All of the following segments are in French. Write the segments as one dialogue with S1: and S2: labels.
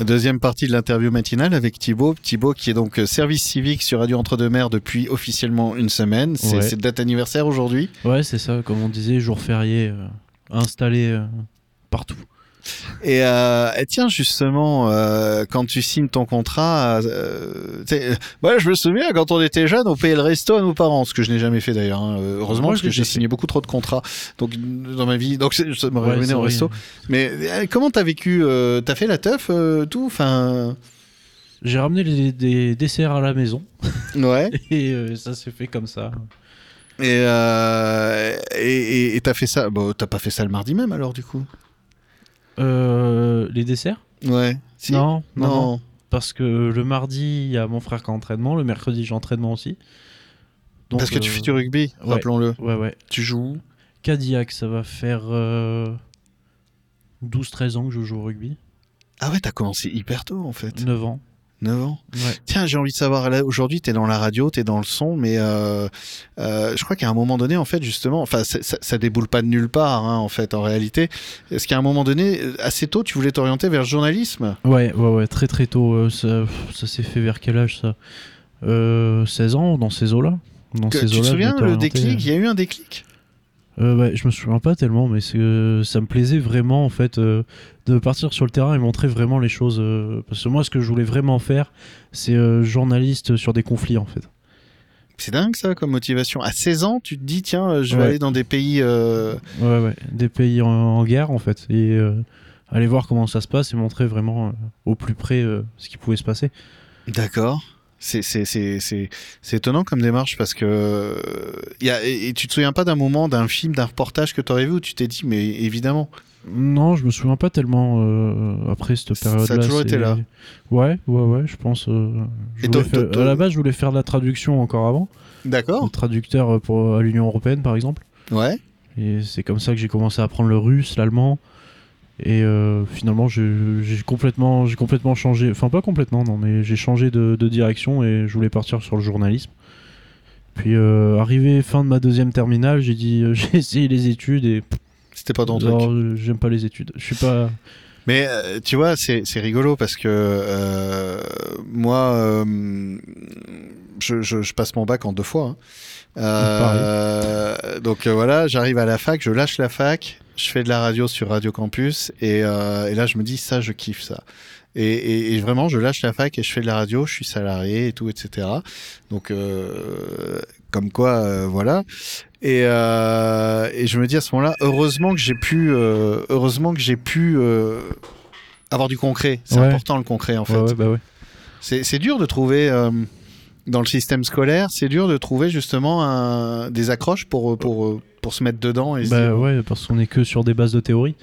S1: Deuxième partie de l'interview matinale avec Thibaut. Thibaut qui est donc euh, service civique sur Radio Entre-deux-Mers depuis officiellement une semaine. C'est
S2: Ouais.
S1: c'est date anniversaire aujourd'hui.
S2: Ouais, c'est ça, comme on disait, jour férié euh, installé euh, partout.
S1: Et, euh, et tiens, justement, euh, quand tu signes ton contrat, euh, tu sais, euh, moi je me souviens quand on était jeune, on payait le resto à nos parents, ce que je n'ai jamais fait d'ailleurs. hein. Euh, Heureusement,
S2: Moi,
S1: parce
S2: je
S1: que
S2: l'ai
S1: j'ai
S2: déjà
S1: signé beaucoup trop de contrats donc dans ma vie, donc c'est- ça m'aurait
S2: Ouais,
S1: ruiné
S2: c'est
S1: au
S2: vrai.
S1: resto. Mais euh, comment t'as vécu euh, T'as fait la teuf, euh, tout Enfin,
S2: J'ai ramené les- des desserts à la maison
S1: ouais.
S2: et euh, ça s'est fait comme ça.
S1: Et euh, et- et et t'as fait ça Bon, t'as pas fait ça le mardi même alors du coup
S2: Euh, les desserts
S1: Ouais. Si
S2: non, non, non.
S1: Non.
S2: Parce que le mardi, il y a mon frère qui a entraînement, le mercredi, j'ai entraînement aussi. Donc,
S1: Parce que tu
S2: euh,
S1: fais du rugby,
S2: ouais.
S1: rappelons-le.
S2: Ouais, ouais.
S1: Tu joues.
S2: Cadillac, ça va faire euh, 12-13 ans que je joue au rugby.
S1: Ah ouais, t'as commencé hyper tôt en fait.
S2: 9 ans.
S1: 9 ans.
S2: Ouais.
S1: Tiens, j'ai envie de savoir, là, aujourd'hui, t'es dans la radio, t'es dans le son, mais euh, euh, je crois qu'à un moment donné, en fait, justement, enfin, ça, ça- ça déboule pas de nulle part, hein, en fait, en réalité. Est-ce qu'à un moment donné, euh, assez tôt, tu voulais t'orienter vers le journalisme
S2: Ouais, ouais, ouais, très très tôt. euh, ça ça s'est fait vers quel âge ça Euh, 16 ans, dans ces eaux-là. Dans
S1: Que-
S2: ces
S1: Tu te
S2: eaux-là, je
S1: souviens,
S2: m'étais
S1: le
S2: orienté,
S1: déclic Il y a eu un déclic
S2: euh, ouais, Je me souviens pas tellement, mais c'est, euh, ça me plaisait vraiment en fait euh, de partir sur le terrain et montrer vraiment les choses. euh, parce que moi, ce que je voulais vraiment faire, c'est euh, journaliste sur des conflits en fait.
S1: C'est dingue, ça, comme motivation. À 16 ans, tu te dis, tiens, euh, je vais
S2: Ouais.
S1: aller dans des pays... euh,
S2: Ouais, ouais, des pays en, en guerre en fait. Et euh, aller voir comment ça se passe et montrer vraiment euh, au plus près euh, ce qui pouvait se passer.
S1: D'accord. C'est c'est- c'est- c'est- c'est étonnant comme démarche parce que euh, y a, et, et tu te souviens pas d'un moment, d'un film, d'un reportage que tu aurais vu où tu t'es dit mais évidemment.
S2: Non, je me souviens pas tellement euh, après cette
S1: Ça a
S2: période-là.
S1: toujours été
S2: c'est-
S1: là.
S2: Ouais, ouais, ouais, je pense. euh, je
S1: Et toi-
S2: voulais faire-
S1: toi- toi-
S2: À la base, je voulais faire de la traduction encore avant,
S1: D'accord.
S2: de traducteur euh, pour, à l'Union Européenne par exemple.
S1: Ouais.
S2: Et c'est comme ça que j'ai commencé à apprendre le russe, l'allemand. Et euh, finalement, j'ai j'ai complètement, j'ai complètement changé. Enfin, pas complètement, non, mais j'ai changé de, de direction et je voulais partir sur le journalisme. Puis, euh, arrivé fin de ma deuxième terminale, j'ai dit, euh, j'ai essayé les études et
S1: C'était pas ton truc.
S2: alors, euh, j'aime pas les études. Je suis pas.
S1: Mais euh, tu vois, c'est c'est rigolo parce que euh, moi, euh, je, je, je passe mon bac en deux fois. hein. Euh, donc euh, voilà, j'arrive à la fac, je lâche la fac, je fais de la radio sur Radio Campus et, euh, et là je me dis ça, je kiffe ça. Et, et- et vraiment, je lâche la fac et je fais de la radio, je suis salarié et tout, etc. Donc, euh, comme quoi, euh, voilà. Et, euh, et je me dis à ce moment-là, heureusement que j'ai pu, euh, heureusement que j'ai pu euh, avoir du concret. C'est
S2: Ouais.
S1: important le concret en fait.
S2: Ouais, ouais, bah ouais.
S1: C'est c'est dur de trouver euh, dans le système scolaire, c'est dur de trouver justement un- des accroches pour euh, pour pour se mettre dedans et se
S2: Bah
S1: dire-
S2: ouais, parce qu'on est que sur des bases de théorie.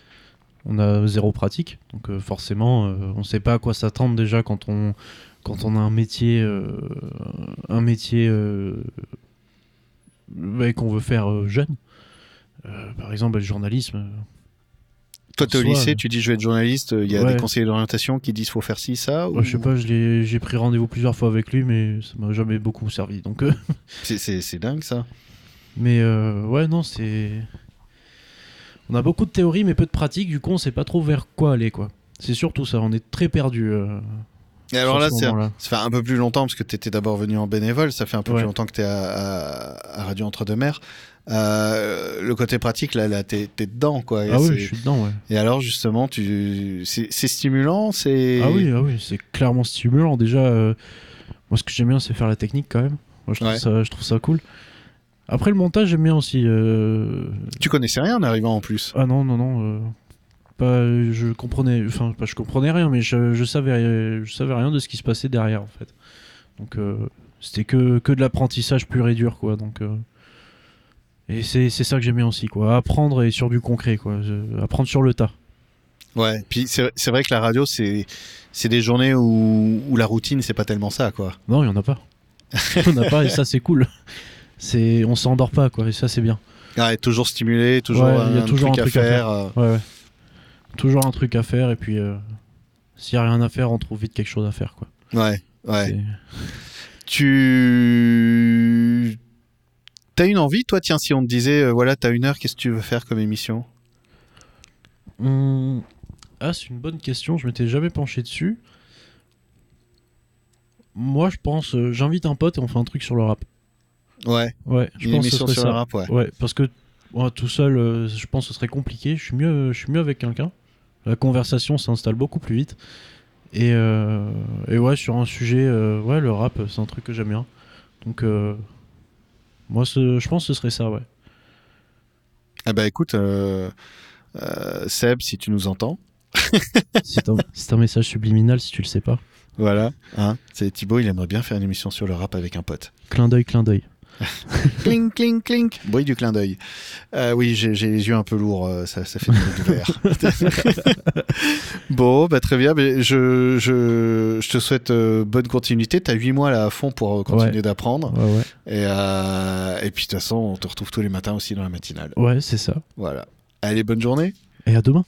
S2: On a zéro pratique, donc euh, forcément, euh, on sait pas à quoi s'attendre déjà quand on quand on a un métier euh, un métier euh, ouais, qu'on veut faire euh, jeune. Euh, par exemple, le journalisme. euh,
S1: toi t'es au
S2: soit,
S1: lycée,
S2: euh,
S1: tu dis je vais être journaliste, il y a
S2: ouais.
S1: des conseillers d'orientation qui disent faut faire ci ça ou-
S2: ouais, je sais pas, je l'ai- j'ai pris rendez-vous plusieurs fois avec lui, mais ça m'a jamais beaucoup servi. Donc, euh,
S1: C'est- c'est c'est dingue ça.
S2: mais euh, ouais, non, c'est on a beaucoup de théorie, mais peu de pratique. Du coup, on sait pas trop vers quoi aller, quoi. C'est surtout ça. On est très perdu. euh,
S1: Et alors
S2: sur
S1: là
S2: ce
S1: c'est
S2: moment-là.
S1: ça fait un peu plus longtemps parce que tu étais d'abord venu en bénévole, ça fait un peu plus
S2: Ouais.
S1: longtemps que tu es à, à- à Radio Entre-deux-Mers. Euh, le côté pratique là, là t'es t'es dedans quoi. Et,
S2: Ah
S1: c'est-
S2: oui, je suis dedans, ouais.
S1: et alors justement tu c'est c'est stimulant, c'est
S2: Ah oui, ah oui c'est clairement stimulant. Déjà, euh, moi, ce que j'aime bien, c'est faire la technique quand même. Moi, je trouve,
S1: Ouais.
S2: ça, je trouve ça cool. Après, le montage, j'aime bien aussi. euh,
S1: tu connaissais rien en arrivant en plus.
S2: Ah non, non, non. euh, Pas, euh, je comprenais, enfin, pas je comprenais rien, mais je, je savais, je savais rien de ce qui se passait derrière, en fait. Donc, euh, c'était que, que de l'apprentissage pur et dur, quoi. Donc, euh, et c'est c'est ça que j'aime bien aussi, quoi. Apprendre et sur du concret, quoi. Euh, Apprendre sur le tas.
S1: Ouais, puis c'est c'est vrai que la radio, c'est c'est des journées où, où la routine, c'est pas tellement ça, quoi.
S2: Non, il n'y en a pas. Il n'y en a pas et ça c'est cool. C'est, on s'endort pas quoi et ça c'est bien.
S1: Ouais, Ah, toujours stimulé, toujours
S2: Ouais, il
S1: un,
S2: y a toujours
S1: truc,
S2: un truc
S1: à
S2: à
S1: faire. euh.
S2: Ouais, ouais. Toujours un truc à faire et puis euh, s'il n'y a rien à faire, on trouve vite quelque chose à faire quoi.
S1: Ouais, ouais.
S2: C'est-
S1: Tu. T'as une envie, toi, tiens, si on te disait, euh, voilà, t'as une heure, qu'est-ce que tu veux faire comme émission
S2: Hum, Ah, c'est une bonne question, je m'étais jamais penché dessus. Moi, je pense, euh, j'invite un pote et on fait un truc sur le rap.
S1: Ouais,
S2: Ouais, je
S1: une
S2: pense que ce
S1: émission
S2: serait
S1: sur le
S2: ça.
S1: rap, ouais.
S2: Ouais, parce que moi, tout seul, euh, je pense que ce serait compliqué. Je suis mieux, je suis mieux avec quelqu'un. La conversation s'installe beaucoup plus vite. Et, euh, et ouais, sur un sujet, euh, ouais, le rap, c'est un truc que j'aime bien. Donc, euh, moi, ce- je pense que ce serait ça, ouais.
S1: Ah bah écoute, euh, euh, Seb, si tu nous entends,
S2: C'est un, c'est un message subliminal si tu le sais pas.
S1: voilà. Hein, c'est Thibaut, il aimerait bien faire une émission sur le rap avec un pote.
S2: Clin d'œil, clin d'œil.
S1: clink, clink, clink. Bruit du clin d'œil. Euh, oui, j'ai j'ai les yeux un peu lourds, euh, ça, ça fait des verre. bon, bah, très bien. Mais je, je, je te souhaite euh, bonne continuité. T'as 8 mois là à fond pour euh, continuer d'apprendre.
S2: Ouais, ouais.
S1: Et, euh, et puis, de toute façon, on te retrouve tous les matins aussi dans la matinale.
S2: Ouais, c'est ça.
S1: Voilà. Allez, bonne journée.
S2: Et à demain.